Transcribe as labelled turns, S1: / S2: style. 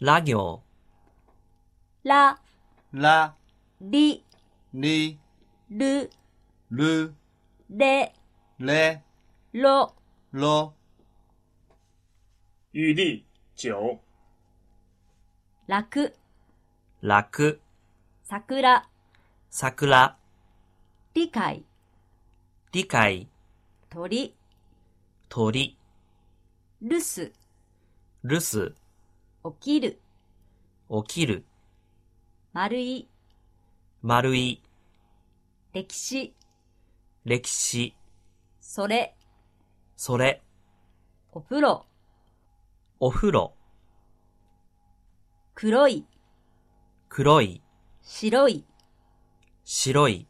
S1: ラ行、
S2: ら、
S3: ら、
S2: り、
S3: り、
S2: る、
S3: る、
S2: れ、
S3: れ、
S2: ろ、
S3: ろ、
S4: 玉立九，
S2: 楽、
S1: 楽、
S2: 桜、
S1: 桜、
S2: 理解、
S1: 理解、
S2: 鳥、
S1: 鳥、
S2: 留守、
S1: 留守、
S2: 起きる、
S1: 起きる、
S2: 丸い、
S1: 丸い、
S2: 歴史、
S1: 歴史、
S2: それ、
S1: それ、
S2: お風呂、
S1: お風呂、
S2: 黒い、
S1: 黒い、
S2: 白い、
S1: 白い、